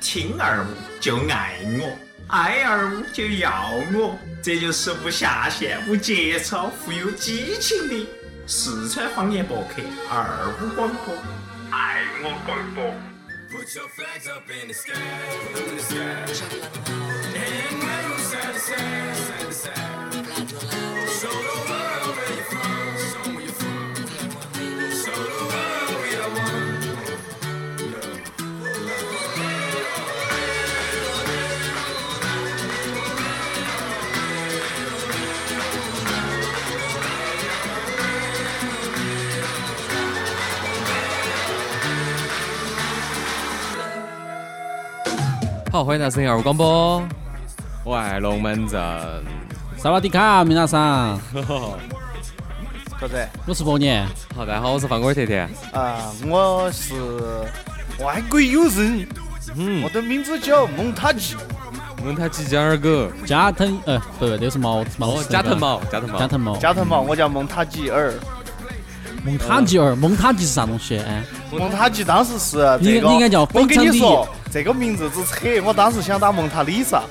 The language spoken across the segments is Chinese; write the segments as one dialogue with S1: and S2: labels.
S1: 听二五就爱我，爱二五就要我，这就是无下限、无节操、富有激情的四川方言博客二五广播，爱我广播。
S2: Put your flags up in the sky, up in the sky. And wave 'em side to side, side to side. Show the world where you're from, show 'em where you're from. Show the world we are one.
S3: 好，欢迎来到声二五广播，
S4: 我爱龙门阵，
S5: 萨瓦迪卡，米娜桑，
S6: 啥子？
S5: 我是伯年。
S3: 好，大家好，我是放歌的甜甜，
S6: 啊，我是外国友人，
S4: 嗯
S6: 我，的名字叫蒙塔吉。
S4: 问他几家二狗，
S5: 加藤，呃，不不，这是毛毛
S3: 哦，
S5: 是那
S3: 加
S5: 个
S3: 藤，猫，加藤猫，
S5: 加藤毛，
S6: 加藤嘛，我叫蒙塔吉尔。
S5: 蒙塔吉尔，蒙塔吉是啥东西？哎，
S6: 蒙塔吉当时是
S5: 你
S6: 这个，
S5: 你应该叫非
S6: 我跟
S5: 常
S6: 你
S5: 理
S6: 说，这个名字之扯，我当时想打蒙塔丽莎，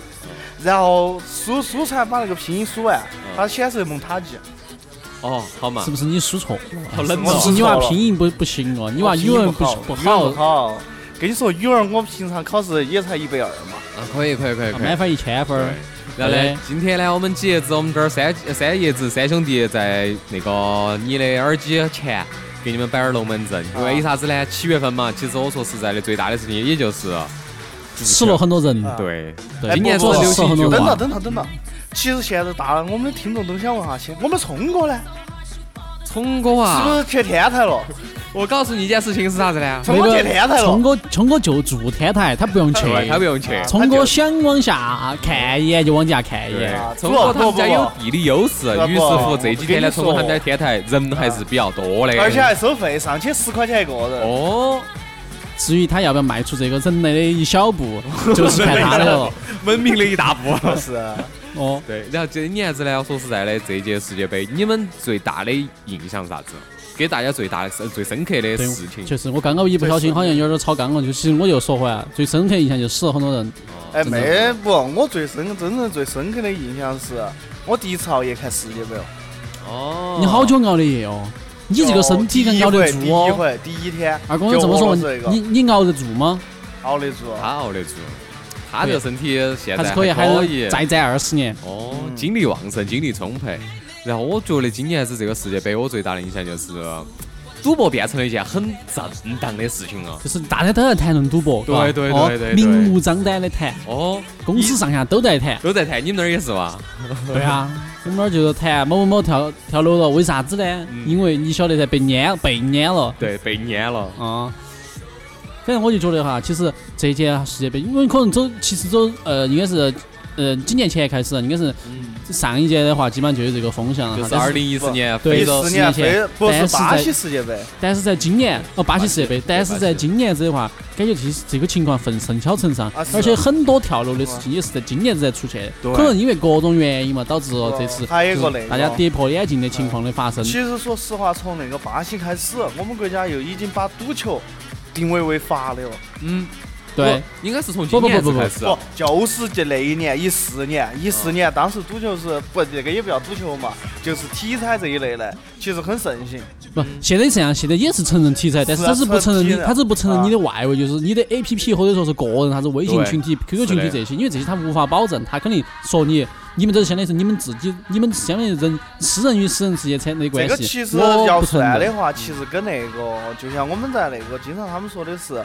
S6: 然后输输出来把那个拼音输完，
S5: 嗯
S6: 它显示为蒙塔吉。
S3: 哦，好嘛
S5: 是，不是你输错？了？
S3: 好冷
S5: 是
S6: 我
S5: 不
S3: 哦
S5: 是你娃拼音不不行哦？你娃语文
S6: 不
S5: 不不
S6: 不好，
S5: 好
S6: 语文，好。跟你说，语文我平常考试也才一百二嘛。
S3: 啊，可以，可以，可以，可以
S5: 满。分一千分儿。
S3: 然后呢，今天呢，我们几爷子，我们这儿三三爷子三兄弟在那个你的耳机前给你们摆点儿龙门阵，因为啥子呢？七月份嘛，其实我说实在的，最大的事情也就是
S5: 死了很多人，
S6: 啊
S3: 对，
S5: 对，
S3: 今年
S6: 不
S3: 是
S6: 不
S3: 流
S5: 死了
S3: 行
S5: 很
S3: 句
S5: 多
S6: 等到
S5: 娃。
S6: 等到等到，其实现在大了，我们的听众都想问下去，我们聪哥呢？
S3: 聪哥
S6: 是不
S3: 啊，
S6: 是去天台了？
S3: 我告诉你一件事情是啥子呢？
S6: 聪哥去天台
S5: 聪
S6: 了。
S5: 哥，聪哥就住天台，他不用去。
S3: 对，他不用去。
S5: 聪哥想往下看一眼就往下看一
S3: 对
S5: 眼，，
S3: 聪哥他们家啊有地理优势
S6: 不不，不
S3: 于是乎这几天呢，聪哥他们家天台人还是比较多的。
S6: 而且还收费，上去十块钱一个人。
S3: 哦，
S5: 至于他要不要迈出这个人类的一小步，就是看他 的了。
S3: 文明了一大步。
S6: 是， 哎
S5: 哦，
S3: 对，然后今年子呢，说实在的，这届世界杯，你们最大的印象是啥子？给大家最大的、呃最深刻的
S5: 对
S3: 事情。
S5: 就是我刚刚一不小心好像有点吵刚了，就其实我又说回来，最深刻印象就死了很多人。
S6: 哎，
S5: 真的
S6: 没不，我最深真正最深刻的印象是，我第一次熬夜看世界杯哦。
S3: 哦
S5: 你好久熬的夜哦？你这个身体能熬得住
S6: 第一
S5: 哦？
S6: 回，第一天
S5: 二哥，我这么
S6: 就
S5: 说
S6: 我这个
S5: 你啊你你熬得住吗？
S6: 熬得住。
S3: 他熬得住，他这个身体现
S5: 还
S3: 在
S5: 是可以，还
S3: 还
S5: 能再战二十年。
S3: 哦，精力旺盛，精力充沛。然后我觉得今年子这个世界杯，我最大的印象就是赌博变成了一件很正当的事情了。
S5: 就是大家都在谈论赌博，
S3: 对
S5: 是吧
S3: 对
S5: 哦
S3: 对对对
S5: 明目张胆的谈，
S3: 哦，
S5: 公司上下都在谈。
S3: 都在谈，你们那儿也是吧？
S5: 对啊，我们那儿就是谈某某某跳跳楼了，为啥子呢？
S3: 嗯
S5: 因为你晓得噻，被撵被撵了。
S3: 对，被撵了。
S5: 啊。反正我就觉得哈，其实这一届世界杯，因为可能走，其实走，呃，应该是，呃，几年前开始，应该是上一届的话，基本上就有这个风向了 哈。
S3: 就是
S5: 啊但
S3: 二零一四年
S5: 对
S3: 非
S6: 一
S3: 洲
S6: 四
S5: 年
S6: 年啊
S5: 前
S6: 非不是
S5: 但是
S6: 巴
S5: 在
S6: 西世界杯，
S5: 但是在今年，哦，巴西世界杯，但是
S3: 巴西
S5: 在今年子的话，感觉这这个情况分深敲成上
S6: 啊，是
S5: 而且很多跳楼的事情也是在今年子才出现，
S3: 对
S5: 可能因为各种原因嘛，导致了这次
S6: 还有一个那个
S5: 大家跌破眼镜的情况的发生。
S6: 其实说实话，从那个巴西开始，我们国家又已经把赌球定位为法的了。
S3: 嗯，
S5: 对，
S3: 不，应该是从
S5: 不
S3: 今
S5: 不
S3: 年
S5: 不
S3: 子
S5: 不
S3: 开始。啊
S6: 不，就是这那一年，一四年，一
S5: 嗯
S6: 四年，当时赌球是不那个也不叫赌球嘛，就是体彩这一类的，其实很盛行。
S5: 不，现在这样，现在也是承认体彩，但是
S6: 嗯是啊
S5: 它是不承认
S6: 是
S5: 你
S6: 啊，
S5: 它是不承认你的外围，就是你的 A P P 或者说是个人啥子微信
S3: 对
S5: 群
S6: 啊
S5: 体、Q Q 群体
S3: 是的
S5: 这些，因为这些它无法保证，它肯定说你，你们这相当于是你们自己，你们相当于人私人与私人之间产生的
S6: 这
S5: 关
S6: 个
S5: 系
S6: 其。实
S5: 我
S6: 要
S5: 不承嗯
S6: 算的
S5: 认。
S6: 话，其实跟那个就像我们在那个经常他们说的是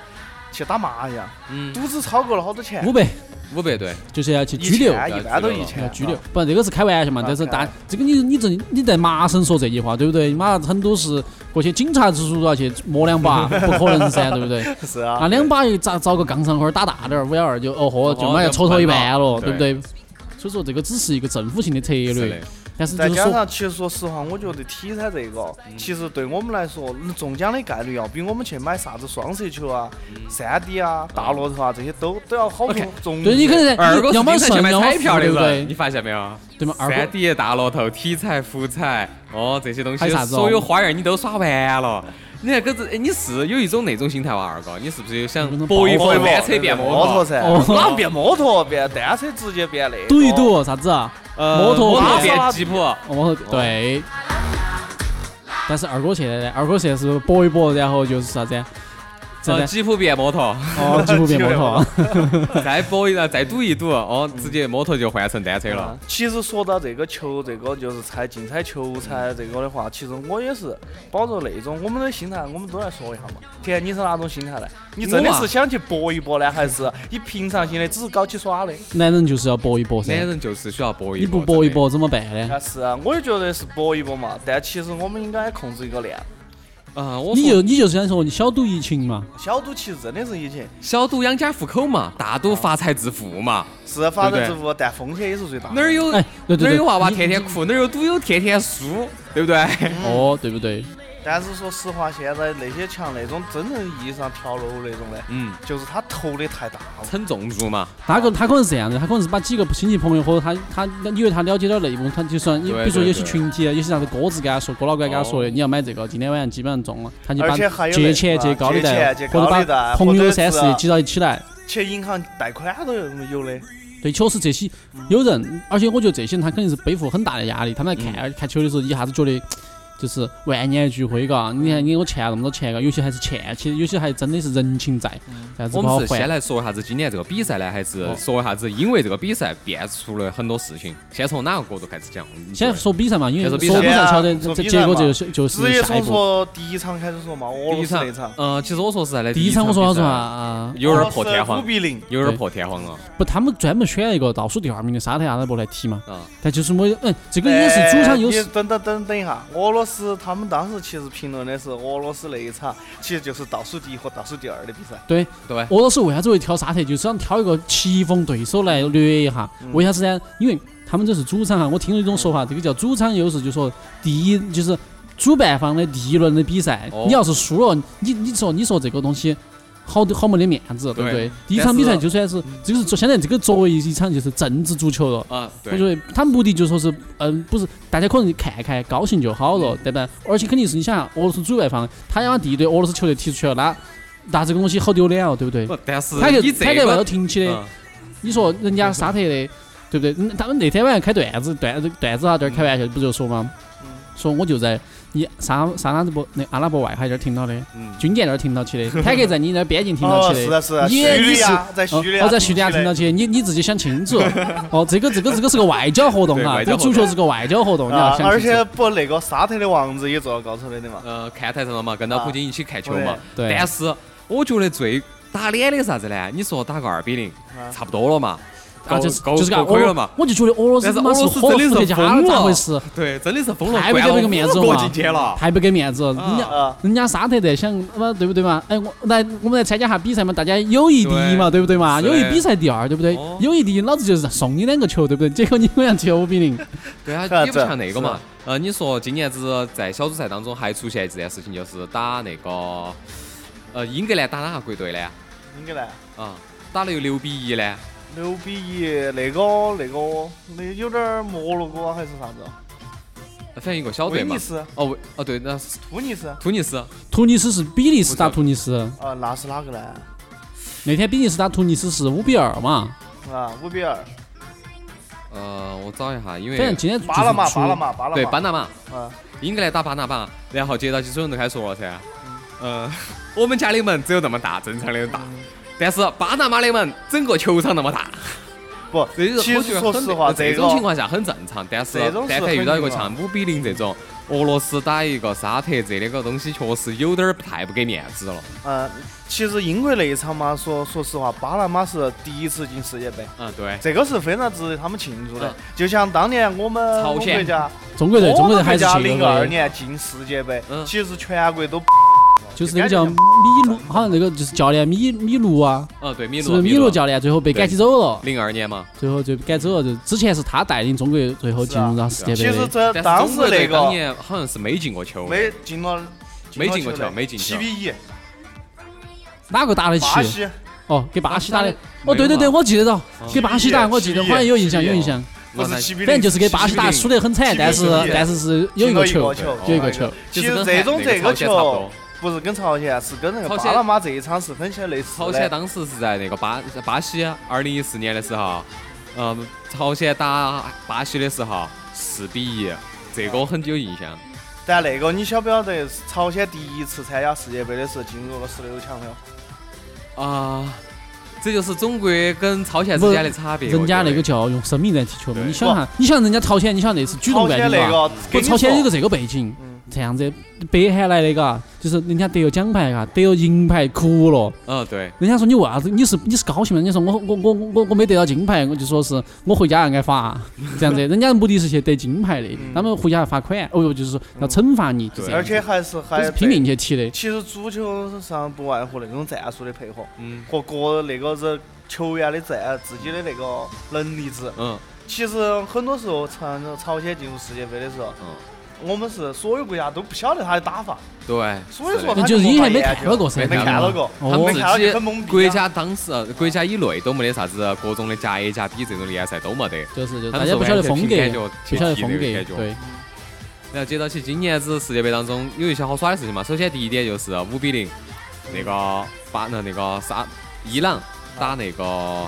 S6: 去打麻将，
S3: 嗯，
S6: 赌资超过了好多钱
S5: 五，百
S3: 五百对，
S5: 就是要去
S6: 一
S5: 拘留，啊
S6: 千一般都一
S5: 要
S6: 千，
S5: 拘留。不，这个是开玩笑嘛，
S6: 啊
S5: 但是
S6: 开玩
S5: 大这个你你这你在麻省说这句话，对不对？妈，很多是过去警察叔叔要去摸两把，不可能噻，对不对？
S6: 是啊
S5: 那。两把又找找个杠上花儿打大点儿，五幺二就哦豁，
S3: 哦
S5: 就马上抽头一半了，对
S3: 对
S5: 不对？所以说这个只是一个政府性的策
S3: 是
S5: 略
S3: 的，，
S5: 但是就
S6: 再
S5: 是
S6: 加
S5: 说，嗯
S6: 上，其实说实话，我觉得体彩这个，其实对我们来说，中奖的概率要比我们去买啥子双色球啊、
S5: 嗯
S6: 三 D 啊、大乐透啊这些都都要好
S3: OK，
S6: 重。
S5: 哎对你可能在
S3: 二哥
S5: 要
S3: 是经常
S5: 么
S3: 去
S5: 顺，
S3: 买
S5: 要么
S3: 彩票
S5: 负，
S3: 的
S5: 对不
S3: 人，你
S5: 对？
S3: 发现没有？
S5: 对吗？二
S3: 三
S5: 哥，
S3: D 大乐透、体彩、福彩，哦，这些东
S5: 还有
S3: 西
S5: 啥子哦
S3: 所有花样你都耍完了，你看，可是哎你是有一种那种心态哇，二哥，你是不是有想
S5: 有那种
S3: 搏一搏，
S6: 会不
S3: 单车变摩
S6: 摩托
S3: 托？
S6: 噻，
S5: 哦
S6: 哪变摩托变单车直接变那个
S5: 赌一，赌啥子啊？
S3: 呃
S5: 摩托
S3: 摩托
S5: 变
S3: 变吉普，
S5: 哦摩托对。但是二哥现在呢？二哥现在是搏一搏，然后就是啥子啊？真
S3: 呃，
S5: 的
S3: 吉普变摩托，
S5: 哦，吉普变摩托，
S3: 再搏一，再赌一赌，哦，直接摩托就换成单车了。
S6: 哦其实说到这个球，这个就是猜竞猜球猜这个的话，其实我也是抱着那种我们的心态，我们都来说一下嘛。田，你是哪种心态呢？你真的
S3: 我啊
S6: 是想去搏一搏呢，还是以平常心的只是搞起耍的？
S5: 男人就是要搏一搏
S3: 男
S5: 噻。
S3: 人就是需要搏一
S5: 你
S3: 搏，
S5: 不搏
S3: 真
S5: 一
S3: 的
S5: 搏怎么办呢？
S6: 啊，是啊，我也觉得是搏一搏嘛。但其实我们应该控制一个量。
S3: 啊，我
S5: 你
S3: 说
S5: 就你就是想说你小赌怡情嘛，
S6: 小赌其实真的是以前
S3: 小赌养家糊口嘛，大赌发财致富嘛，
S6: 是发
S3: 对
S6: 展
S3: 不
S6: 致
S3: 对
S6: 富，但风险也是最大的。
S3: 哦哪儿有
S5: 哎对
S3: 哪
S5: 对
S3: 儿
S5: 对
S3: 有娃娃
S5: 你
S3: 天天哭，哪儿有赌友天天输，对不对？
S5: 哦，对不对？
S6: 但是说实话，现在那些像那种真正意义上跳楼那种呢，
S3: 嗯，
S6: 就是他投的太大了。
S3: 称重注嘛，
S5: 他可他可能是这样子，他可能是把几个亲戚朋友或者他他以为他了解到内幕，他就算你
S3: 对
S5: 比如说
S3: 对
S5: 有些
S3: 对
S5: 群体，有些啥子哥子给他说，哥老倌给他说的，
S3: 哦
S5: 你要买这个，今天晚上基本上中了，他就把
S6: 而且还有
S5: 借
S6: 那
S5: 钱
S6: 啊
S5: 借高利贷，
S6: 借钱借
S5: 或
S6: 高
S5: 者把
S6: 利贷
S5: 朋友
S6: 或者
S5: 三
S6: 是
S5: 四挤到一起来。
S6: 去银行贷款都有有的，
S5: 对，确实这些有人，而且我觉得这些人他肯定是背负很大的压力，他们来看、看球的时候一下子觉得。就是万念俱灰，嘎！你看你给我欠了那么多钱，嘎，有些还是欠，起，有些还真的是人情债，啥子
S3: 我
S5: 不好
S3: 们是先
S5: 还。
S3: 来说一下子今年这个比赛呢，还
S5: 哦
S3: 是说一下子因为这个比赛变出了很多事情？先从哪个角度开始讲？你觉
S5: 先
S3: 得
S5: 说比赛嘛，因为
S3: 先
S5: 说
S3: 说
S5: 比
S3: 比
S5: 赛
S3: 赛
S5: 晓得
S6: 先
S5: 这
S6: 说
S5: 这
S6: 比
S5: 结
S6: 赛
S5: 果
S6: 嘛
S5: 就就
S6: 直
S5: 是
S6: 接
S5: 下一步。
S6: 从说第一场开始说嘛，俄
S3: 第
S6: 罗
S3: 一
S6: 斯
S3: 场哦
S6: 那场，，
S3: 呃，其实我说实在的，
S5: 第一
S3: 一
S5: 场我
S3: 比
S5: 说老实
S3: 赛
S5: 话啊，
S3: 有点儿破天
S6: 五
S3: 荒，
S6: 比零，
S3: 有点儿破天荒了
S5: 不，他们专门选了一个倒数第二名的沙特阿拉伯来踢嘛。
S3: 啊。
S5: 但就是我，嗯，这个也是主场优
S6: 哎
S5: 势
S6: 你。等等等等一下，俄罗斯他们当时其实评论的是俄罗斯那一场，其实就是倒数第一和倒数第二的比赛。
S5: 对，
S3: 对
S5: 俄罗斯为啥子会挑沙特？就是想挑一个棋逢对手来掠一下。
S3: 嗯
S5: 为啥子呢？因为他们这是主场啊哈。我听了一种说法，这个叫主场优势，就说第一就是主办方的第一轮的比赛，
S3: 哦
S5: 你要是输了，你你说你说这个东西。好好没得面子，对不对？第一场比赛就算
S3: 嗯
S5: 是，这个是相当于这个作为一场就是政治足球了，
S3: 啊，
S5: 我觉
S3: 对，
S5: 得他目的就说是，嗯，不是，大家可能看看高兴就好
S3: 嗯
S5: 了，对吧？而且肯定是你想，俄罗斯主办方他要把第一队俄罗斯球队踢出去了，那那这个东西好丢脸哦，对不对？
S3: 不，但是
S5: 他就
S3: 你
S5: 他
S3: 这
S5: 在外头
S3: 个，
S5: 挺起的，
S3: 嗯
S5: 你说人家沙特的，对不对？嗯他们那天晚上开段子，段子段子啊，这儿开玩笑不就说嘛，
S6: 嗯
S5: 说我就在你沙沙拉伯那阿拉伯外海这儿听到的，
S3: 嗯，
S5: 军舰那儿听到起的，坦克在你那儿边境听到
S6: 哦，
S5: 起
S6: 是
S5: 的
S6: 啊，是啊，
S5: 你
S6: 叙
S5: 你
S6: 利
S5: 是
S6: 亚在叙利亚，
S5: 哦，在叙利亚听到起，你你自己想清 楚。哦，这个这个这个是个外交活动哈，
S3: 对
S5: 这
S3: 外交
S5: 个
S3: 活
S5: 足
S3: 动
S5: 球是个外交活动，你要
S6: 啊，
S5: 想
S6: 而
S5: 清楚
S6: 且不那个沙特的王子也坐到高头来的嘛，
S3: 呃，看台上了嘛，跟到普京一起看球嘛
S6: 啊。
S5: 对对
S3: 但是我觉得最打脸的是啥子呢？你说打个二比零，差不多了嘛，
S5: 啊，
S3: 够
S5: 就是
S3: 够
S5: 就是
S3: 够
S5: 个
S3: 可以
S5: 俄
S3: 了嘛。
S5: 我就觉得俄罗斯
S3: 但是
S5: 他妈
S3: 俄罗斯
S5: 活
S3: 真的
S5: 佛
S3: 是
S5: 家
S3: 疯
S5: 咋
S3: 了
S5: 回事？
S3: 对，真的是疯了，
S5: 太不给那个面子了嘛
S3: 过进去了。
S5: 太不给面子，人家
S6: 啊
S5: 人家沙特在想，嘛对不对嘛？哎，我来我们来参加下比赛嘛，大家友谊第一嘛，
S3: 对
S5: 对不对嘛？
S3: 是
S5: 友
S3: 的
S5: 谊比赛第二，对不对
S3: 哦？
S5: 友谊第一，老子就是送你两个球，对不对？结果你们要九比 零，
S3: 对啊，
S6: 啊
S3: 也不
S6: 这
S3: 像那个嘛。呃，你说今年子在小组赛当中还出现一件事情，就是打那个呃英格兰打哪个国队呢？
S6: 英格兰
S3: 啊，打了有六比一呢。
S6: 六比一，那个那个那有点儿摩洛哥还是啥子？
S3: 反正一个小队
S6: 威
S3: 嘛
S6: 尼。斯、
S3: 哦，威哦对，那是
S6: 突尼斯
S3: 突尼斯
S5: 突尼斯是比利时打突尼斯，
S6: 啊，那是哪个呢？
S5: 那天比利时打突尼斯是五比二嘛。
S6: 啊，五比二，
S3: 呃，我找一下，因为
S5: 反正今天就是
S6: 巴拿马，
S5: 出
S6: 巴拿马，巴拿马，
S3: 对巴拿马，
S6: 啊，
S3: 英格兰打巴拿马，然后接到起所有人都开始说了噻。嗯， 我们家的门只有那么大，正常的大，
S6: 嗯
S3: 但是巴拿马的门整个球场那么大。
S6: 不，
S3: 这就是
S6: 其
S3: 我觉
S6: 实
S3: 得
S6: 说
S3: 很
S6: 实话，
S3: 这
S6: 这
S3: 种情
S6: 个
S3: 况下很正常，但是
S6: 这种是
S3: 但
S6: 很
S3: 凡遇到一个像五比零这种，俄罗斯打一个沙特这两个东西，确实有点儿太不给面子了。
S6: 嗯，其实英国那一场嘛，说说实话，巴拿马是第一次进世界杯，
S3: 嗯，对，
S6: 这个是非常值得他们庆祝的
S3: 嗯。
S6: 就像当年我们
S3: 朝
S6: 我们
S3: 鲜
S6: 国家，
S5: 中国队，中
S6: 我
S5: 国队
S6: 们
S5: 还
S6: 国
S5: 是
S6: 家
S5: 去
S6: 零
S5: 了
S6: 二
S5: 的，
S6: 年进世界杯
S3: 嗯，
S6: 其实全国都
S5: 就是那个叫米卢，好像那个就是教练米米卢啊，
S3: 嗯，对，米
S5: 是不是
S3: 卢，
S5: 米卢教练最后被赶起走了？
S3: 零二年嘛，
S5: 最后就被赶走了，就之前是他带领中国队最后进入到世界
S6: 其
S5: 杯
S6: 实
S5: 的。
S6: 这
S3: 但是啊
S6: 当
S3: 中
S6: 时
S3: 国队
S6: 那
S3: 当
S6: 个
S3: 年好像是没进过球，
S6: 没进了，
S3: 没进过球
S6: 的
S3: 没进球
S6: 七比一，
S5: 哪个打得起？
S6: 巴西
S5: 哦，给巴西打的
S3: 巴西。
S5: 哦，对对对，
S3: 没有嘛
S5: 我记得到，给巴西打，
S6: 七比一
S5: 我记得
S6: 七
S5: 好
S6: 比
S5: 像
S6: 一
S5: 有印象，有印象。
S6: 不是七比
S5: 反正
S6: 零，
S5: 就是给巴西
S3: 七
S5: 打
S3: 比零
S5: 输得很惨
S6: 七，比零
S5: 但是
S6: 七比零
S5: 但是是有一
S6: 进了
S5: 个
S6: 一个
S5: 球，哦
S6: 球，哦
S5: 有一个球。
S6: 其实这种这
S3: 个
S6: 个
S3: 朝鲜差不
S6: 球
S3: 多，
S6: 不是跟朝鲜，啊是跟那个
S3: 朝
S6: 巴
S3: 鲜
S6: 拿马这一场是很相类似的。
S3: 朝鲜当时是在那个巴巴西，二零一四年的时候，嗯，朝鲜打巴西的时候四比一，这个我很有印象。
S6: 但那个你晓不晓得，朝鲜第一次参加世界杯的时候进入了十六强没有？
S3: 啊、这就是中国跟朝鲜之间的
S6: 哎
S3: 差别。
S5: 人家
S3: 我觉
S5: 那
S3: 得
S5: 个叫用生命来踢球嘛，
S3: 对
S5: 你想哈，你想人家朝鲜，你想那次举重
S6: 朝
S5: 冠
S6: 鲜
S5: 军
S6: 那
S5: 啊，
S6: 个
S5: 不，
S6: 跟你
S5: 朝鲜有个
S6: 说
S5: 这个背景
S6: 嗯，
S5: 这样子，北韩来的嘎，就是人家得了奖牌嘎，得了银牌哭了，
S3: 嗯，对，
S5: 人家说你为啥子？你是你是高兴吗？人家说我我我我我没得到金牌，我就说是我回家要挨罚，这样子。人家的目的是去得金牌的，
S3: 嗯
S5: 他们回家要罚款，哦哟，就是说要惩罚你，就这样
S6: 而
S5: 子。
S6: 且还是
S5: 都
S6: 还
S5: 是拼命去踢的，
S6: 其实足球上不外乎那种战术的配合
S3: 嗯
S6: 和各那个人球员的战自己的那个能力值。
S3: 嗯，
S6: 其实很多时候，朝朝鲜进入世界杯的时候，
S3: 嗯
S6: 我们是所有国家都不晓得他的打法，
S3: 对。
S6: 所以
S3: 是的
S6: 说他
S5: 那就是
S6: 没
S5: 以前
S6: 法
S5: 没
S6: 研
S5: 看
S6: 究
S5: 到过
S3: 没
S5: 噻，
S3: 看
S5: 到
S6: 到过
S3: 他
S5: 哦
S3: 们
S6: 没看到就很
S3: 自
S6: 懵
S3: 己
S6: 逼啊
S3: 国家当时呃国家以内都没得啥子各种的甲 A 甲 B 这种联赛都没得，
S5: 就是就
S3: 他
S5: 大
S3: 们
S5: 家
S3: 是
S5: 不晓得
S3: 完全
S5: 风格
S3: 凭感，觉
S5: 不
S3: 去
S5: 晓得
S3: 踢
S5: 风
S3: 这
S5: 格，
S3: 个感觉。
S5: 对，
S3: 然后接到起今年子世界杯当中有一些好耍的事情嘛。首先第一点就是五比零，
S5: 嗯
S3: 那个把那那个啥伊朗
S5: 啊
S3: 打那个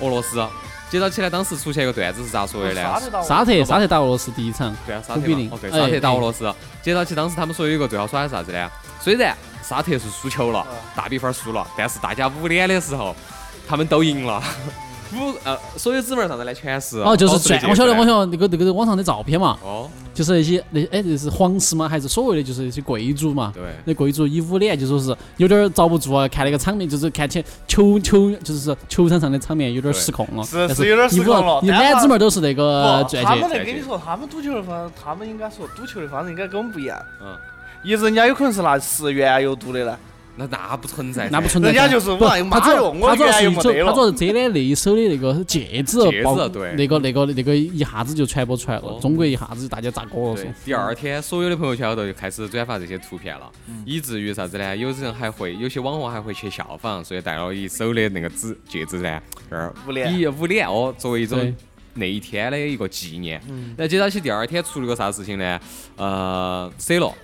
S3: 俄罗斯。接到起来，当时出现一个段子是咋说的呢？
S6: 啥子打
S5: 哦沙特沙特打俄罗斯第一场，
S3: 对啊，沙
S5: 5
S3: 特
S5: 比
S3: 嘛
S5: 0
S3: 哦对，
S5: 哎
S3: 沙特打
S5: 哎
S3: 俄罗斯。接到起当时他们说有一个最好耍的是啥子呢？虽然沙特是输球
S5: 啊
S3: 了
S6: 嗯，
S3: 大比分输了，但是大家捂脸的时候，他们都赢了。
S5: 嗯
S3: 五呃，所有指纹上头呢全是
S5: 哦，就是
S3: 转
S5: 转，，我晓得，我晓得那个那个网上的照片嘛，
S3: 哦，
S5: 就是那些那哎，这是皇室嘛，还是所谓的就是那些贵族嘛，
S3: 对，
S5: 那贵族一捂脸就说是有点儿遭不住啊，看那个场面就是看起球球就是球场上的场面有点儿失控了，
S6: 是
S5: 但
S6: 是有点儿失控了
S5: 啊你
S6: 但是
S5: 满纸门儿都是那个
S6: 不，
S5: 钻
S6: 他们
S5: 戒，
S6: 那跟你说，他们赌球的方，他们应该说赌球的方式应该跟我们不一样。
S3: 嗯，
S6: 一人家有可能是拿十原油赌的呢，
S3: 那那不存在噻，
S5: 那不存在
S6: 人
S5: 噻。
S6: 家就是
S5: 不，
S6: 我哎
S5: 他
S6: 妈
S5: 主
S6: 哟
S5: 要
S6: 我
S5: 他主要
S6: 原
S5: 是
S6: 油
S5: 一
S6: 没
S5: 手，他主
S6: 得了。
S5: 要是遮的那一手的那个戒指
S3: 戒，指
S5: 包
S3: 对
S5: 那个那个那个一下子就传播出来了
S3: 哦，
S5: 中国一下子大家炸锅了
S3: 对
S5: 说。，
S3: 第二天所有的朋友圈都就开始转发这些图片了，
S6: 嗯
S3: 以至于啥子呢？有人还会，有些网红还会去效仿，所以戴了一手的那个指戒指噻，这儿
S6: 捂脸
S3: 比捂脸哦，作为一
S5: 对
S3: 种那一天的一个纪念。那接到起第二天出了个啥事情呢？呃，C 罗，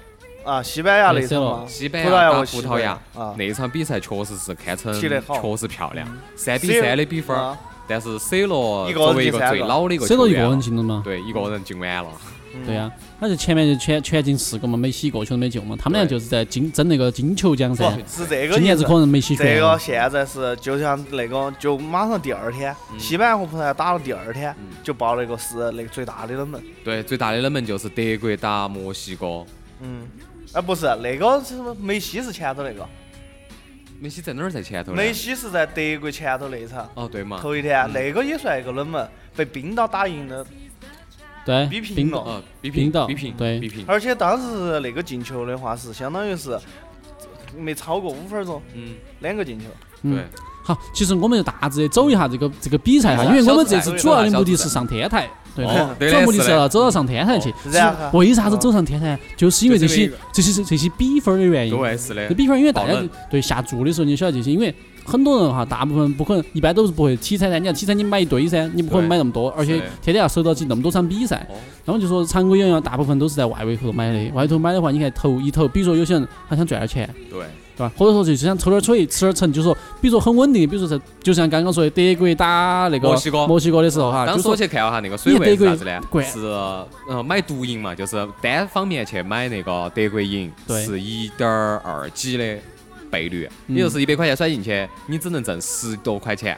S6: 啊，西班牙那场嘛，
S3: 西班
S6: 葡萄牙
S3: 牙打
S6: 和
S3: 葡
S6: 西
S3: 萄
S6: 班牙
S3: 牙
S6: 啊
S3: 那一场比赛确实是堪称
S6: 踢得好嗯
S3: 确实漂亮，三比
S6: C
S3: 三的比分儿
S6: 啊。
S3: 但是 C 罗
S6: 一个人
S3: 作为一
S6: 进
S3: 个
S6: 三
S3: 最
S6: 个啊
S3: 老的一个
S5: 谁
S3: 球
S5: 都一个
S3: 员
S5: 人
S3: 了，
S5: 进了嘛？
S3: 对，一个人进完了。
S5: 对呀、
S6: 嗯
S5: 他就前面就全全进四个嘛，梅西一个球都没救嘛，他们俩
S3: 对
S5: 就是在金争那个金球奖
S6: 不
S5: 噻。
S6: 是这个
S5: 今
S6: 意
S5: 年
S6: 思
S5: 子可能梅西
S6: 这
S5: 悬
S6: 个
S5: 了，
S6: 现在是就像那个，就马上第二天，西班牙和葡萄牙打了第二天，就爆了一个是那个最大的冷门。
S3: 对，最大的冷门就是德国打墨西哥。
S6: 嗯，啊不是，那个是梅西是前头那个，
S3: 梅西在哪儿在前头呢？
S6: 梅西是在德国前头那一场
S3: 哦，对嘛，
S6: 头一天，那个也算一个冷门，被冰岛打赢的，
S5: 对，
S6: 比拼
S5: 冰
S6: 了
S5: 岛
S3: 哦，比
S5: 冰
S3: 拼
S5: 岛
S3: 比拼，
S5: 对
S3: 比拼，
S6: 而且当时那个进球的话是相当于是没超过五分钟，
S3: 嗯，
S6: 两个进球。
S5: 嗯
S3: 对，，
S5: 好，其实我们就大致的走一下这个这个比
S6: 哎
S5: 赛哈，
S3: 小
S5: 因为我们这
S3: 小
S5: 次
S3: 组赛
S5: 主要的
S3: 小
S5: 目的
S3: 组赛
S5: 是上天台，对
S3: 哦
S5: 吧？主
S3: 对
S5: 要
S3: 的
S5: 目的
S3: 是
S5: 是
S3: 的
S5: 要走到上天台去
S6: 哦。
S5: 其
S6: 这
S5: 实
S6: 样哈
S5: 为啥子
S6: 哦
S5: 走上天台？就是因为这
S3: 就是
S5: 些
S3: 因为
S5: 这些这些比分的原因。
S3: 对是的
S5: 这，比分因为大家
S3: 爆冷
S5: 对下注的时候，你晓得这些，因为很多人哈，大部分不可能，一般都是不会体彩噻。你要体彩，你买一堆噻，你不可能
S3: 对
S5: 买那么多，而且
S3: 是的
S5: 天天要收到起那么多场比赛。
S3: 哦，
S5: 然后就说常规演员大部分都是在外围头买的，外围头买的话，你看投一投，比如说有些人他想赚点钱，
S3: 对，
S5: 对吧？或者说就想抽点水吃点成，就说比如说很稳定，比如说是就像刚刚说的德国打那个
S3: 墨西哥
S5: 墨西哥的时候哈，
S3: 当
S5: 就
S3: 时我
S5: 说
S3: 去看了下那个水位是啥子呢
S5: 你德国？
S3: 是呃买独赢嘛，就是单方面去买那个德国赢，
S5: 对
S3: 是一点二几的倍率，
S5: 嗯
S3: 也就是一百块钱甩进去，你只能挣十多块钱。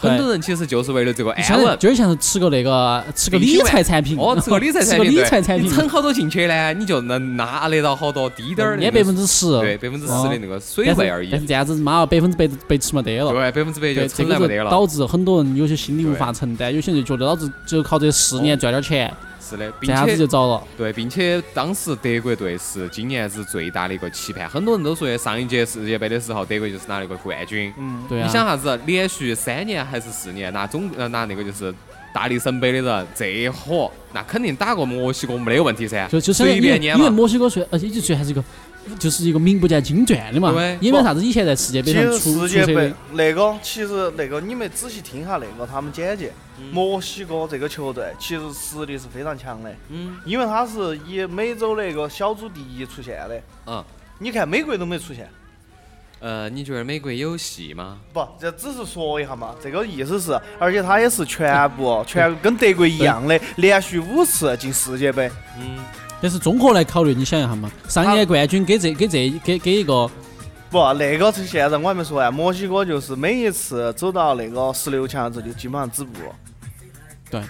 S5: 对
S3: 很多人其实就是为了这个
S5: 你
S3: 安
S5: 相当于
S3: 稳。
S5: 就是像是吃个那个吃个理财产品，
S3: 哦，这个理财
S5: 吃
S3: 产
S5: 个
S3: 品，
S5: 理
S3: 对
S5: 财产
S3: 你
S5: 品，
S3: 存好多进去呢，你就能拿得到好多低点儿的那
S5: 也
S3: 个，
S5: 百分之十，
S3: 对百分之十的那个水
S5: 哦但是
S3: 位而已
S5: 但。是这样子，妈百分之百被吃没得了。
S3: 对，百分之百就
S5: 对，这
S3: 存来没
S5: 个
S3: 得
S5: 就
S3: 了。
S5: 导致很多人有些心理无
S3: 对
S5: 法承担，有些人就觉得老子就靠这四年赚点钱，
S3: 是的，
S5: 这
S3: 并
S5: 样子
S3: 且
S5: 就遭了。
S3: 对，并且当时德国队是今年是最大的一个期盼，很多人都说上一届世界杯的时候，德国就是拿了一个冠军。
S6: 嗯，
S5: 对啊，
S3: 你想啥子？连续三年还是四年拿总呃拿那个就是大力神杯的人，这一伙那肯定打过墨西哥没得问题噻，
S5: 就就相当于
S3: 随
S5: 因为
S3: 便撵
S5: 因为
S3: 嘛。
S5: 墨西哥虽而且就虽然是一个，就是一个名不见经传的嘛
S3: 对，
S5: 因为啥子以前在世界杯
S6: 其
S5: 上
S6: 实
S5: 出出
S6: 世
S5: 色
S6: 界杯
S5: 的，
S6: 那个，其实那个你们仔细听下那个他们简介，
S3: 嗯
S6: 墨西哥这个球队其实实力是非常强的，
S3: 嗯
S6: 因为他是以美洲那个小组第一出现的，
S3: 嗯，
S6: 你看美国都没出现，
S3: 呃，你觉得美国有戏吗？
S6: 不，这只是说一下嘛，这个意思是，而且它也是全 部全跟德国一样的，连续五次进世界杯，
S3: 嗯，
S5: 但是综合来考虑，你想一下嘛，上年冠军给这给这给给一个，
S6: 不，那个是现在我还没说完，墨西哥就是每一次走到那个十六强之后就基本上止步了。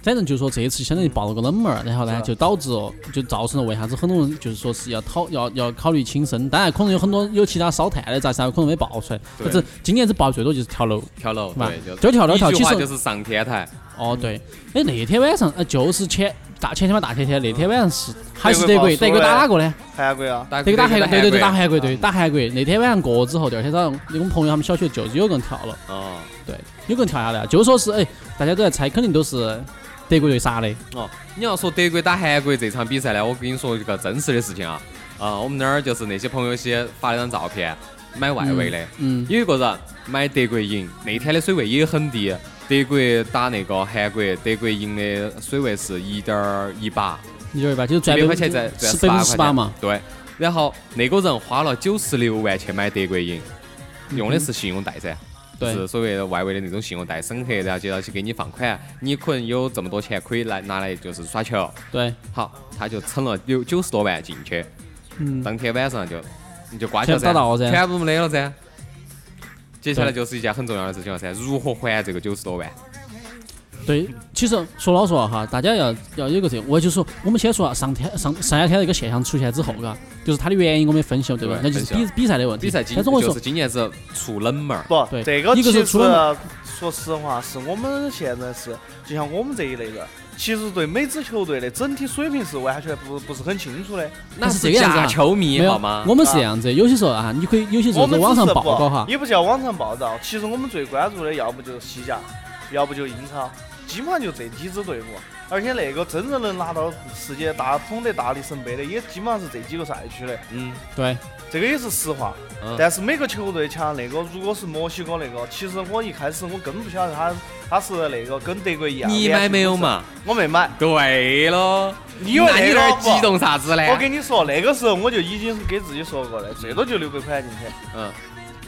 S5: 反正就是说这一次相当于爆了个冷门儿，然后呢
S6: 是
S5: 就导致哦就造成了为啥子很多人就是说是要讨要要考虑轻生，当然可能有很多有其他烧炭的咋啥可能没爆出来，
S3: 对
S5: 反正今年子爆最多就是跳楼。
S3: 跳楼，
S5: 是吧
S3: 对，就
S5: 就跳楼跳
S3: 一句话
S5: 其实
S3: 就是上天台，
S5: 哦，对，哎，那天晚上，呃，就是前大前天吧，大
S3: 嗯
S5: 前天那天晚上是还是德
S6: 德国
S5: 国，
S6: 爆出
S5: 德国打
S6: 来
S5: 哪个呢？
S6: 韩国啊，
S3: 打
S5: 德国打韩国，对对对，打
S3: 韩
S5: 韩国，对打韩国。那天晚上过了之后，第二天早上，我们朋友他们小区就是有个人跳了，
S3: 国哦
S5: 对，有个人跳下来了，就说是哎，大家都在猜，肯定都是德国队杀的。
S3: 哦，你要说德国打韩国这场比赛呢，我跟你说一个真实的事情啊，啊，我们那儿就是那些朋友些发了张照片，买外围的，
S5: 嗯，
S3: 有一个人买德国赢，那天的水位也很低，德国打那个韩国，德国赢的水位是一点一八，
S5: 一点一八，就是
S3: 一
S5: 赚
S3: 百
S5: 百
S3: 块
S5: 分
S3: 钱
S5: 之
S3: 在赚
S5: 十百分之十八
S3: 18
S5: 嘛
S3: 块钱。对，然后那个人花了九十六万去买德国银，用的
S5: 嗯哼
S3: 是信用贷噻。
S5: 对
S3: 是所谓的外围的那种信用贷审核，然后接到去给你放款，你可能有这么多钱可以来拿来就是耍球。
S5: 对，
S3: 好，他就存了有九十多万进去，
S5: 嗯，
S3: 当天晚上就你就刮球
S5: 全部打到了噻
S3: 全部没得了噻。接下来就是一件很重要的事情了噻，如何还这个九十多万？
S5: 对，其实说老实话哈，大家要要有个这个，我就说，我们先说啊，上天上上两天那个现象出现之后，嘎，就是它的原因我们也分析了，对吧？那
S3: 对
S5: 就是
S3: 分析
S5: 比比赛的问题。
S3: 比赛今
S5: 但是我跟
S3: 就
S5: 你
S3: 是
S5: 说，
S3: 今年是出冷门儿，
S6: 不
S5: 对，
S6: 这个
S5: 一个
S6: 其
S5: 是
S6: 实
S5: 出了
S6: 说实话，是我们现在是就像我们这一类人，其实对每支球队的整体水平是完全不不是很清楚的。
S3: 那
S5: 但是这个样子啊
S3: 假球迷
S5: 没有
S3: 好吗？
S5: 我们是这样子，有些时候啊，你可以有些时
S6: 我
S5: 候
S6: 们
S5: 在
S6: 只
S5: 网上
S6: 是
S5: 报告哈
S6: 不，也不叫网上报道，其实我们最关注的要不就是西甲，要不就英超，基本上就这几支队伍。而且那个真正能拿到世界大捧得大力神杯的，也基本上是这几个赛区的，
S3: 嗯，
S5: 对，
S6: 这个也是实话。
S3: 嗯
S6: 但是每个球队像那个，如果是墨西哥那个，其实我一开始我根本不晓得他他是那个跟德国一样。
S3: 你
S6: 连续
S3: 买没有
S6: 五次？
S3: 嘛？
S6: 我没买。
S3: 对喽，
S6: 你以为
S3: 那
S6: 那
S3: 你
S6: 个
S3: 那儿
S6: 不
S3: 激动啥子呢？
S6: 我跟你说，那个时候我就已经是给自己说过的，最多就六百块进去，
S3: 嗯，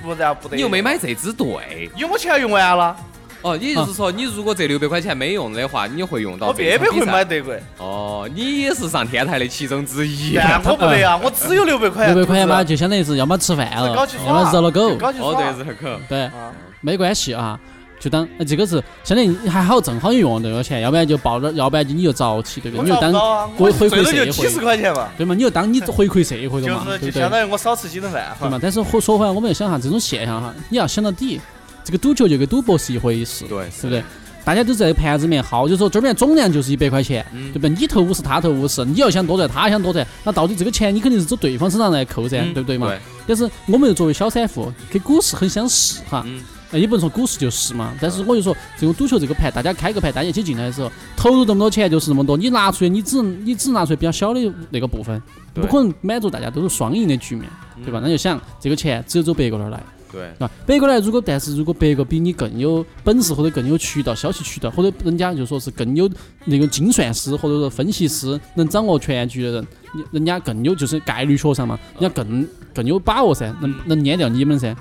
S6: 不然不得。
S3: 你又没买这支队，
S6: 因为我钱用完了，
S3: 哦，也
S5: 啊
S3: 就是说，你如果这六百块钱没用的话，你会用到
S5: 哦
S6: 我
S3: 这
S6: 别
S3: 场
S6: 别
S3: 比
S6: 会买
S3: 赛。
S6: 德国，
S3: 哦，你也是上天台的其中之 一。
S6: 但我不得哎呀，我只有六百
S3: 哎
S6: 块，啊
S3: 啊
S5: 六百块钱嘛，
S6: 就是
S5: 就相当于是要么吃饭了，
S6: 搞起
S5: 要么
S6: 耍
S5: 热了狗
S6: 就，搞起耍
S3: 哦，对，日口。
S5: 对，
S6: 啊，
S5: 没关系啊，就当呃这个是相当于还好，正好用这个钱，要不然就报了，要不然就你就遭气，对不
S6: 我
S5: 对？你就
S6: 找
S5: 当
S6: 不到啊，
S5: 回
S6: 我
S5: 回
S6: 最
S5: 馈
S6: 多就
S5: 社
S6: 几十
S5: 会，
S6: 块钱嘛，
S5: 对嘛？你就当你回馈社会了
S6: 就
S5: 嘛，对
S6: 是就
S5: 不对
S6: 相？当于我少吃几顿饭啊
S5: 对
S6: 嘛
S5: 嘛？。但是话说回来，我们要想哈，这种现象哈，你要想到底，这个赌球就跟赌博是一回事，对
S3: 对，
S5: 不对？大家都在盘子里面薅，就说这边总量就是一百块钱，
S3: 嗯
S5: 对不对？你投五十，他投五十，你要想多赚，他想多赚，那到底这个钱你肯定是走对方身上来扣噻，
S3: 嗯
S5: 对不对嘛？但是我们又作为小散户，跟股市很相似哈，
S3: 嗯
S5: 呃也不能说股市就是嘛，但是我就说这种赌球这个盘，大家开个盘，大家一起进来的时候，投入这么多钱就是这么多，你拿出来，你只能你只拿出来比较小的那个部分，
S3: 对嗯
S5: 不可能满足大家都是双赢的局面，对吧？那就想这个钱只有走别个那儿来。
S3: 对，
S5: 啊，别个来，如果但是如果别个比你更有本事或者更有渠道、消息渠道，或者人家就说是更有那个精算师或者说分析师能掌握全局的人，你人家更有就是概率学上嘛，
S3: 嗯
S5: 人家更更有把握噻，能能撵掉你们噻。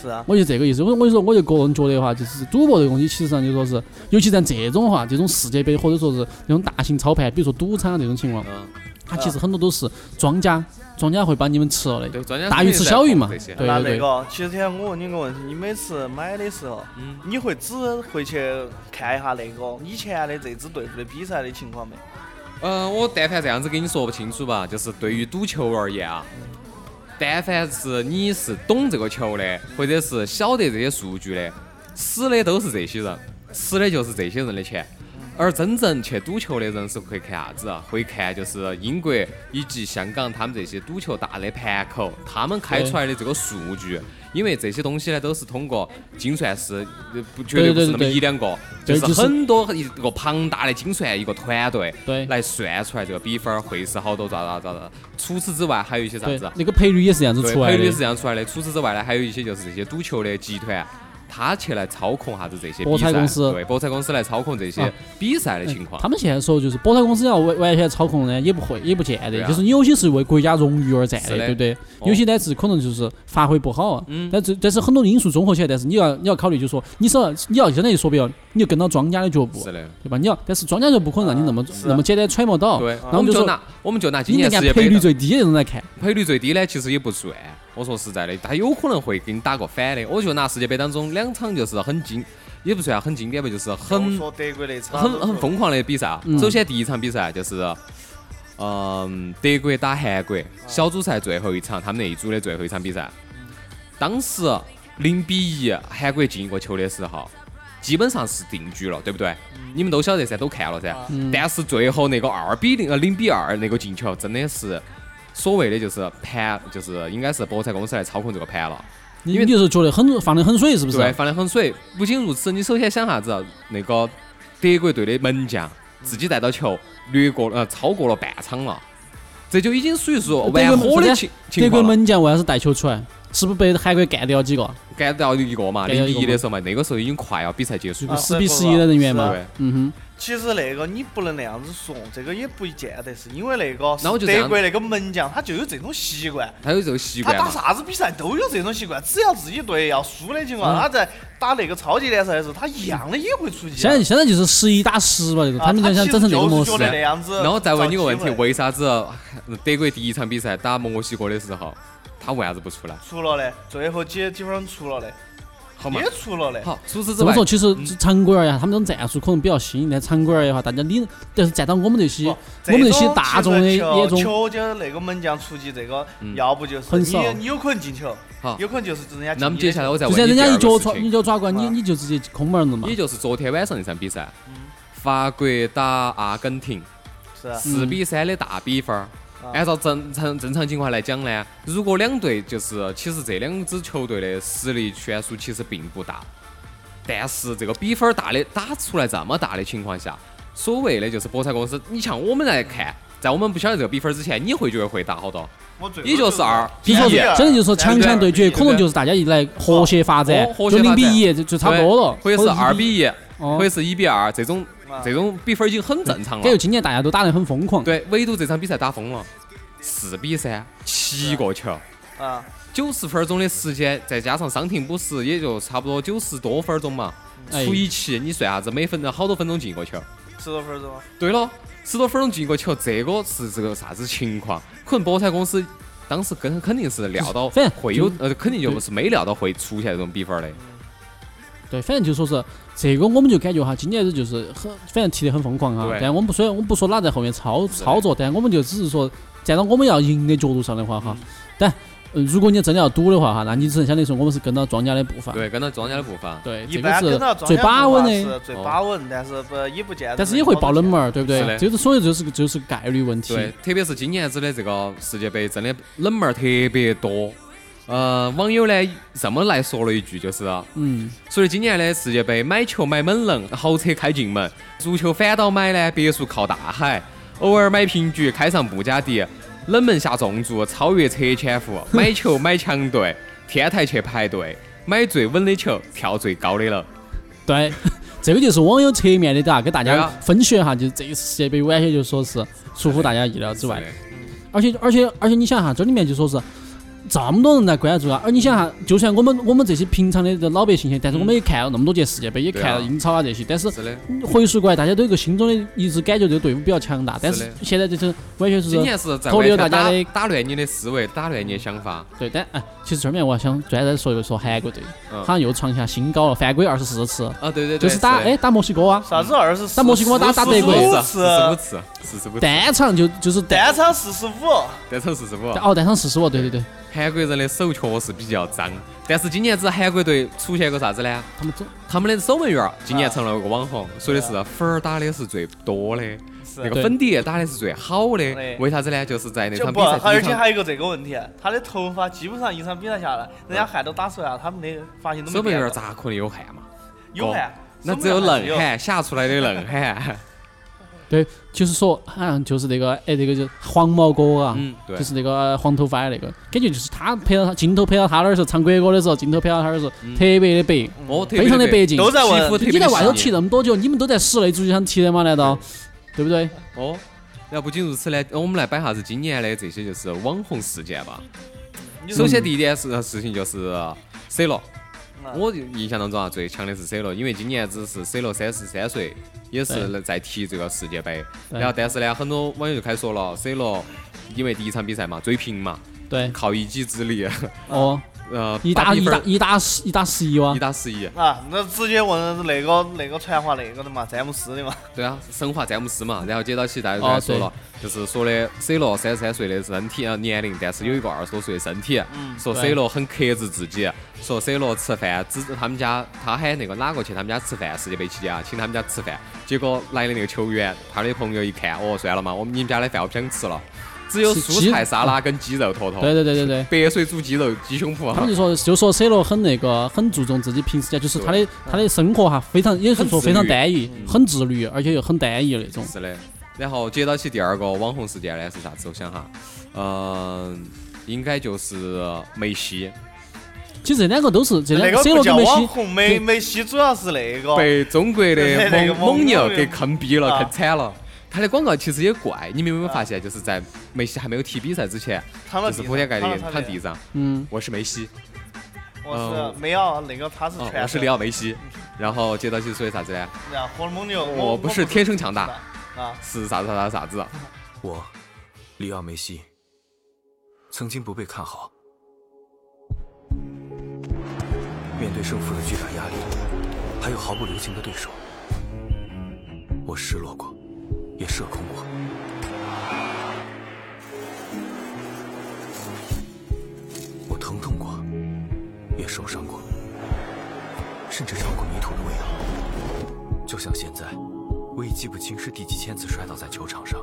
S6: 是啊，
S5: 我就这个意思。我我就说，我就个人觉得的话，就是赌博这个东西，其实上就说是，尤其像这种话，这种世界杯或者说是那种大型操盘，比如说赌场这种情况，
S3: 嗯，
S5: 它其实很多都是庄家，庄家会把你们吃了的。
S3: 对，专家
S5: 大鱼吃小鱼嘛
S3: 这些
S5: 对
S6: 那那个，其实今天我问你个问题，你每次买的时候，
S3: 嗯
S6: 你会只会去看一下那个以前的这支队伍的比赛的情况没？
S3: 呃，我但凡这样子跟你说不清楚吧，就是对于赌球而言啊，但凡是你是懂这个球的，或者是晓得这些数据的，死的都是这些人，死的就是这些人的钱。而真正去赌球的人是会看啥子啊？会看就是英国以及香港他们这些赌球大的盘口，他们开出来的这个数据，因为这些东西呢都是通过精算师，呃不绝对不是那么
S5: 对对对
S3: 一两个，就
S5: 对
S3: 是
S5: 就是
S3: 很多一个庞大的精算一个团队，
S5: 对
S3: 来算出来这个比分儿会是好多咋咋咋咋。除此之外，还有一些啥
S5: 对
S3: 子啊，？
S5: 那个赔率也是这样子
S3: 对，
S5: 出来
S3: 赔
S5: 的
S3: 率。是这样出来的。除此之外呢，还有一些就是这些赌球的集团，他去来操控啥子这些
S5: 博
S3: 比赛
S5: 彩公司
S3: 对博彩公司来操控这些
S5: 啊
S3: 比赛的情况。
S5: 他们现在说就是博彩公司要完完全操控呢，也不会，也不见
S3: 对
S5: 得，
S3: 啊
S5: 就是有些是为国家荣誉而战
S3: 是
S5: 的，
S3: 的
S5: 对不对？有些呢是可能就是发挥不好，啊
S3: 嗯
S5: 但是但是很多因素综合起来，但是你要你要考虑，就是说你是要你要相当于说白了，你就跟到庄家的脚步，
S3: 是的，
S5: 对吧？你要，但是庄家就不可能让你那么、
S6: 啊是
S5: 那么简单揣摩到，
S3: 对。
S5: 然
S3: 我
S5: 后
S3: 们
S5: 就
S3: 就
S5: 说
S3: 拿我们就拿今
S5: 你得
S3: 年
S5: 按
S3: 世界
S5: 赔
S3: 杯
S5: 率
S3: 的
S5: 最低的人来看，
S3: 赔率最低呢，其实也不算。我说实在的，他有可能会给你打个反的。我就拿世界杯当中两场就是很经，也不算很经典吧，就是很
S6: 我说德国那场
S3: 很很疯狂的比赛啊
S5: 嗯。
S3: 首先第一场比赛就是，嗯，德国打韩国小组赛最后一场，他们那一组的最后一场比赛，当时零比一韩国进一个球的时候，基本上是定局了，对不对？你们都晓得噻，都看了噻
S6: 啊。
S5: 嗯
S3: 但是最后那个二比零呃零比二那个进球，真的是所谓的就是盘，就是应该是博彩公司来操控这个盘了。
S5: 你
S3: 因为
S5: 你就是觉得很放得很水，是不是？
S3: 对，放得很水。不仅如此，你首先想啥子？啊那个德国队的门
S5: 嗯
S3: 将自己带到球，掠过了呃超过了半场了，这就已经属于说
S5: 德国
S3: 完火的
S5: 门
S3: 情
S5: 德
S3: 情
S5: 国
S3: 况了。
S5: 门将为啥子带球出来？是不是被韩国干掉几个？
S3: 干到一个嘛，
S5: 干
S3: 零
S5: 掉
S3: 比
S5: 一个
S3: 一的时候嘛，那个时候已经快要比赛结束
S6: 啊
S3: 了。
S5: 十比十一的人员嘛
S6: 是啊
S3: 对，
S5: 嗯
S6: 其实那个你不能那样子说，这个也不见得是因为那个
S3: 那我就这样
S6: 德国那个门将他就有这种习惯，
S3: 他有这个习
S6: 他
S3: 惯
S6: 打
S3: 嘛。
S6: 啥子比赛都有这种习惯，只要自己队要输的情况，
S5: 嗯
S6: 他在打那个超级联赛的时候，他一样的也会出
S5: 哼，
S6: 击
S5: 现
S6: 啊。
S5: 在现在就是十一打十嘛，这个
S6: 啊
S5: 他们就想整成这个模式啊
S6: 他其实就是觉。得那样子
S3: 然后再问你个问
S6: 找
S3: 题，
S6: 机会
S3: 为啥子德国第一场比赛打墨西哥的时候，他为啥子不出来？
S6: 出了的，最后几几分钟出了的，
S3: 好嘛
S6: 也，出了的。
S3: 好。除此之
S5: 怎么
S3: 外，嗯
S5: 说？其实常规而言，他们这种战术可能比较新，但常规而言的话，大家理但是站到我们这些
S6: 不
S5: 我们这些大众的
S6: 这种
S5: 眼
S6: 其
S5: 中，
S6: 实球球就是那个门将出击，这个
S3: 嗯
S6: 要不就是
S5: 很少
S6: 你你有可能进球
S3: 好，
S6: 有可能就是人家进你的球。
S3: 那么接下来我再
S5: 就
S3: 问
S5: 像
S3: 你
S5: 人
S3: 第
S5: 家
S3: 二
S5: 一脚
S3: 个
S5: 抓
S3: 事
S5: 一
S3: 情，
S5: 脚抓过来，你
S6: 啊
S5: 你就直接空门了嘛
S3: 也。就是昨天晚上那场比赛
S6: 嗯，
S3: 法国打阿根廷。
S6: 是啊
S3: 四比三的大比分儿。
S6: 啊
S3: 按照正常正常情况来讲呢，如果两队就是其实这两支球队的实力悬殊其实并不大，但是这个比分儿大的打出来这么大的情况下，所谓的就是博彩公司，你像我们来看，
S6: 嗯
S3: 在我们不晓得这个比分儿之前，你会觉得会打好多？
S6: 我最
S3: 也就是二
S5: 就说是
S3: 比一
S5: 真的就是说强强对决，可能就是大家一来和谐发展
S3: 哦，和
S5: 就
S3: 谐发
S5: 零
S3: 展
S5: 比一就就差不多了，
S3: 或者是二比一，
S5: 哦
S3: 或者是一比二，这种
S6: 啊
S3: 这种比分儿已经很正常
S5: 感觉
S3: 了。
S5: 今年大家都打得很疯狂。
S3: 对，唯独这场比赛打疯了，四比三，七个球。
S6: 啊，
S3: 九十分钟的时间，再加上伤停补时，也就差不多九十多分钟嘛。
S5: 哎
S3: 除以七，你算啥子？每分钟好多分钟进一个球？
S6: 十多分钟啊。
S3: 对了，十多分钟进一个球，这个是这个啥子情况？可能博彩公司当时跟肯定是料到
S5: 反正
S3: 会有
S5: 就，
S3: 呃，肯定就是没料到会出现这种比分的。
S5: 对，反正就说是这个，我们就感觉哈，今年子就是很，反正踢得很疯狂哈
S3: 对。
S5: 但我们不虽然我们不说哪在后面操
S3: 的
S5: 操作，但我们就只是说站到我们要赢的角度上的话
S3: 嗯
S5: 哈，但呃如果你真的要赌的话哈，那你只能相当于说我们是跟到庄家的步伐。
S3: 对，跟到庄家的步伐。
S5: 对，
S6: 一
S5: 这
S6: 般跟
S5: 个
S6: 到
S5: 是
S6: 庄
S5: 最
S6: 家
S5: 把
S6: 步
S5: 稳
S6: 伐
S5: 的，
S6: 是最把稳，但是不也不见得。
S5: 但是也会爆冷门，儿，对不
S3: 是
S5: 对？
S3: 的
S5: 这个所以就是个就是概率问题。
S3: 对，特别是今年子的这个世界杯，真的冷门儿特别多。呃，网友呢这么来说了一句，就是、啊
S5: 嗯，
S3: 所以今年的世界杯，买球买猛能，豪车开进门；足球反倒买呢，别墅靠大海，偶尔买平局，开上布加迪，冷门下重注，超越车前 服；买球买强队，天台去排队，买最稳的球，跳最高的楼。
S5: 对， 这个就是网友侧面的哒，给大
S3: 对
S5: 家
S3: 啊
S5: 分析一下，就是这一次世界杯完全就说是出乎大家意料之外。而且而且而且你想哈，这里面就说是这么多人在关注啊，而你想哈，就算我们我们这些平常的这老百姓些，但是我们也看了那么多届世界杯，也
S3: 对
S5: 看
S3: 啊
S5: 了英超啊这些，但是
S3: 是的，
S5: 回溯过来，大家都有个心中的一直感觉这个队伍比较强大，但
S3: 是
S5: 是
S3: 的
S5: 现在就是完全
S3: 今
S5: 是
S3: 年是在
S5: 考
S3: 完
S5: 虑
S3: 全
S5: 大家
S3: 打
S5: 的
S3: 打乱你的思维，打乱你的想法。
S5: 对，但哎，其实这里面我还想专门说一说韩国队，
S3: 嗯
S5: 好像又创下新高了，犯规二十四次，
S3: 啊，对对对，
S5: 就是打
S3: 的
S5: 哎打墨西哥啊，
S6: 啥子二十四？
S5: 那墨西哥打打德国
S6: 五
S3: 四十五
S6: 次，
S3: 次，四十五次，
S5: 单场就就是单
S6: 单场四十五。
S3: 单场四十五。
S5: 哦单场四十五，对对对，
S3: 韩国人的手确实比较脏，但是今年子韩国队出现个啥子呢？
S5: 他们总
S3: 他们的守门员儿今年成了个网红，说的是粉儿打的是最多的，那个
S5: 对
S3: 粉底打的是最好的
S6: 对。
S3: 为啥子呢？就是在那
S6: 就
S3: 场
S6: 不，
S3: 比赛
S6: 而
S3: 第一
S6: 且
S3: 场
S6: 还有一个这个问题，他的头发基本上一场比赛下来，人家汗都打出来了，他们的发型都
S3: 守
S6: 没
S3: 门员
S6: 变
S3: 儿
S6: 过。
S3: 咋可能有汗嘛？
S6: 有汗，
S3: 那
S6: 守门
S3: 只有
S6: 员还是
S3: 愣汗，吓出来的愣汗。
S5: 就是说，好像就是那个哎，那个就黄毛哥啊，
S3: 嗯，对
S5: 就，是那个黄头发的那个，感觉就是他拍到他镜头拍到他那儿的时候，唱国歌的时候，镜头拍到他那儿的时候，
S3: 嗯
S5: 特别的白，
S3: 哦，
S5: 非常的白净。
S6: 都在
S3: 皮肤
S6: 问
S3: 特别
S5: 你在外头
S3: 细
S5: 骑那么多久，你们都在室内足球场踢的嘛？难道对不对？
S3: 哦。那不仅如此呢，我们来摆下子今年的这些就是网红事件吧。首
S5: 嗯
S3: 先第一件事事情就是 C 罗，我印象当中啊最强的是 C 罗，因为今年只是 C 罗三十三岁，也是在踢这个世界杯。
S5: 对
S3: 然后但是呢，很多网友就开始说了，C 罗因为第一场比赛嘛追平嘛，
S5: 对，
S3: 靠一己之力，
S5: 哦，
S3: 呃，
S5: 一
S3: 八
S5: 打
S3: 比
S5: 一
S3: 分
S5: 打一打十一打十一哦哇
S3: 一，打十一，
S6: 啊，那直接问那个那个传话那个的嘛，詹姆斯的嘛，
S3: 对啊，神话詹姆斯嘛。然后接到起大家就
S5: 哦
S3: 开始说了，就是说的 C 罗三十三岁的身体呃年龄，但是有一个二十多岁的身体，说
S5: 嗯对
S3: C 罗很克制自己，说 C 罗吃饭只他们家他喊那个哪个去他们家吃饭，世界杯期间啊，请他们家吃饭，结果来的那个球员，他的朋友一看，哦，算了嘛，我们你们家的饭我不想吃了，只有
S5: 是鸡
S3: 蔬菜沙拉跟鸡肉坨坨，
S5: 对对对对对。
S3: 白水煮鸡肉鸡胸脯啊
S5: 他 们就说，就说 C 罗很那个，很注重自己平时间，就是他的他的生活哈，非常也是说非常单一，很自律，而且又很单一那种。
S3: 是的。然后接到起第二个网红事件呢是啥子？我想哈，嗯、应该就是梅西
S5: 其实这两个都是这
S6: 那
S5: 两
S6: 个
S5: C
S6: 不
S5: 罗跟
S6: 叫
S5: 梅
S6: 网
S5: 西，
S6: 红，梅梅西主要是那个，
S3: 被中国的
S6: 哦 那个
S3: 蒙蒙牛
S6: 蒙牛
S3: 给坑逼了，
S6: 啊
S3: 坑惨了。他的广告其实也怪，你们有没有发现？就是在梅西还没有踢比赛之前，
S6: 躺到
S3: 就是
S6: 地上
S3: 铺天盖地
S6: 躺
S3: 躺地
S6: 地上，
S3: 上，
S5: 嗯，
S3: 我是梅西，
S6: 我是没有那个他是
S3: 哦，
S6: 传，
S3: 我是里，奥梅西。然后接到起说啥子呢？
S6: 然后火蒙牛，
S3: 我不是天生强大，
S6: 啊，
S3: 是啥子啥子啥子？
S2: 我，里奥梅西，曾经不被看好，面对胜负的巨大压力，还有毫不留情的对手，我失落过，也社恐过。我疼痛过，也受伤过，甚至尝过泥土的味道。就像现在，我已记不清是第几千次摔倒在球场上。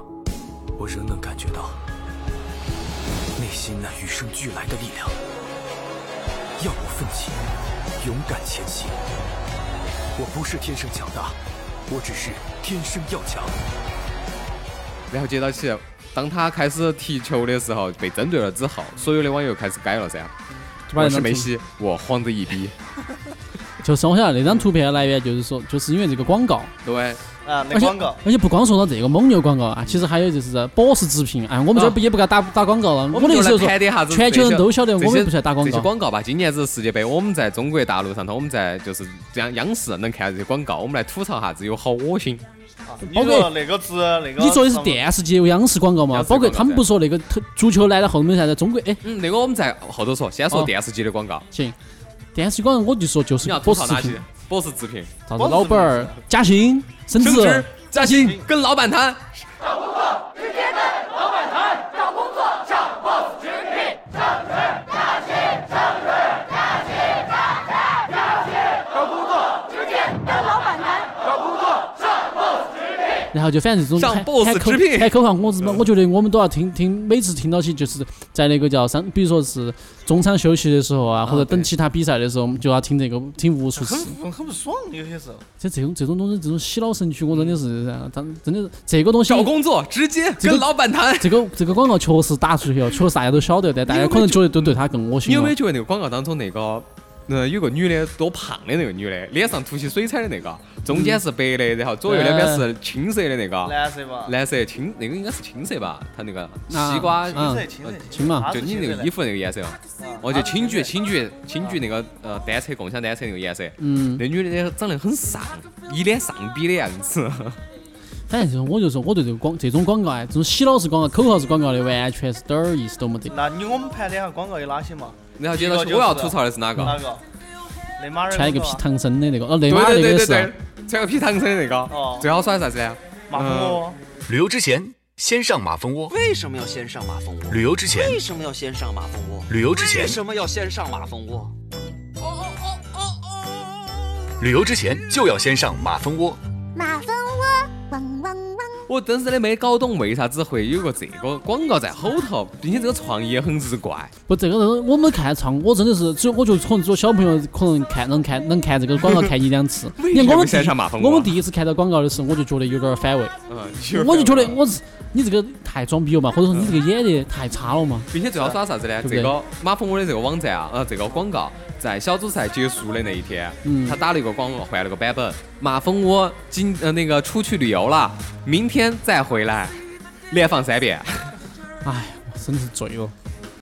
S2: 我仍能感觉到内心那与生俱来的力量，要我奋起，勇敢前行。我不是天生强大，我只是天生要强。
S3: 然后接到起，当他开始踢球的时候被针对了之后，所有的网友开始改了噻。
S5: 就
S3: 我
S5: 把那
S3: 是
S5: 张
S3: 梅
S5: 图
S3: 西，我慌得一逼。
S5: 就是我晓得那张图片的来源就是说，就是因为这个广告，
S3: 对，
S6: 啊，
S5: 而
S6: 那
S5: 且
S6: 广告，
S5: 而且不光说到这个蒙牛广告啊，其实还有就是保时直聘，哎，我们
S3: 哦
S5: 这儿不也不该打打广告了，我们的意思就是
S3: 谈
S5: 说，
S3: 点啥子？
S5: 全球人都晓得
S3: 这些
S5: 我们不是在打广
S3: 这些
S5: 告，
S3: 广告吧，今年子世界杯，我们在中国大陆上头，我们在就是央央视能看到这些广告，我们来吐槽下子有好恶心。
S6: 啊你说那个是那个，
S5: 你说的是，电视机有央视广告嘛？
S3: 央视
S5: 包括
S3: 广告
S5: 他们不说那个特足球来了后面噻，在中国哎，
S3: 嗯，那个我们在后头说，先说
S5: 哦
S3: 电视机的广告。
S5: 行，电视广告我就说就是
S3: 你要
S5: 保
S3: 吐
S5: 时
S3: 槽
S5: 直
S3: 哪
S5: 聘
S3: 些，？博士制品、
S5: 啥子老板儿加薪升
S3: 升
S5: 职
S3: 职、加薪，跟老板谈。
S5: 然后就反正这种
S3: 上
S5: 喊
S3: boss
S5: 喊口
S3: 直聘嗯
S5: 喊口号，我日妈， 我觉得我们都要听听，每次听到起就是在那个叫商，比如说是中场休息的时候啊，或者等
S3: 对
S5: 其他比赛的时候，我们就要听这个，听无数
S6: 嗯很
S5: 次。
S6: 不很不爽，有些时候。
S5: 这这种这种东西，这种洗脑神曲，我真的是，咱真的是这个东西
S3: 找，工作直接
S5: 这
S3: 跟
S5: 个
S3: 老板谈。
S5: 这个这个广告确实打出去哦，确实大家都晓得，但大家可能觉得都对他更恶
S3: 你
S5: 心
S3: 有没有
S5: 了。
S3: 觉得那个广告当中那个，呃，有个女的多胖的那个女的，脸上涂起水彩的那个，中间是白的，然后左右两边是青色的那个，
S6: 蓝色吧，
S3: 蓝色青那个应该是青色吧？它那个
S5: 啊
S3: 西瓜
S5: 嗯
S6: 青色青色
S3: 呃
S5: 行嘛
S3: 就你那个衣
S6: 服，
S3: 服那个颜色哦，哦，就青桔青桔青桔那个呃单车共享单车那个颜色，
S5: 嗯，
S3: 那女的长得很丧，一脸丧逼的样子。
S5: 反正这种我就说，我对这个广这种广告啊，这种洗脑式广告、口号式广告哎的，完全是点儿意思都没得。
S6: 那你我们盘点下广告有哪些嘛？
S3: 然后接着我要吐槽的是哪
S6: 哪
S3: 个？
S6: 个？内马尔
S5: 穿一个
S6: 广
S5: 皮
S6: 告啊
S5: 唐僧的那个，哦，内
S3: 对
S5: 马尔
S3: 对
S5: 那个
S3: 对对
S5: 也是
S3: 对，，穿个皮唐僧的那
S6: 哦
S3: 个，最好耍啥子呢？呃
S6: 马哦蜂窝，
S7: 旅游之前先上马蜂窝。
S8: 为什么要先上马蜂窝？
S7: 旅游之前，
S8: 为什么要先上马蜂窝？
S7: 旅游之
S8: 为
S7: 前，
S8: 什么要先上马蜂窝？
S7: 旅游之前就要先上马蜂窝。
S9: 马蜂窝，汪汪汪！
S3: 我当时的没搞懂为啥子会有个这个广告在后头，并且这个创意也很日怪。
S5: 不，这个人我们看唱，我真的是只有我就可能只有小朋友可能看能看能看这个广告看一两次。
S3: 为
S5: 你看
S3: 什
S5: 我们
S3: 么
S5: 第
S3: 闪闪马蜂窝
S5: 我们第一次看到广告的时候，我就觉得有点反胃，
S3: 嗯，
S5: 我就觉得我是你这个太装逼了嘛，或者说你这个演得太差了嘛。
S3: 并且最好耍的啥子呢？
S5: 对不对
S3: 这个马蜂窝的这个网站啊，呃，这个广告在小组赛结束的那一天，
S5: 嗯
S3: 他打了一个广告，换了个版本。马蜂窝今呃那个出去旅游了，明天再回来，连放三遍。
S5: 哎，我真的是醉了。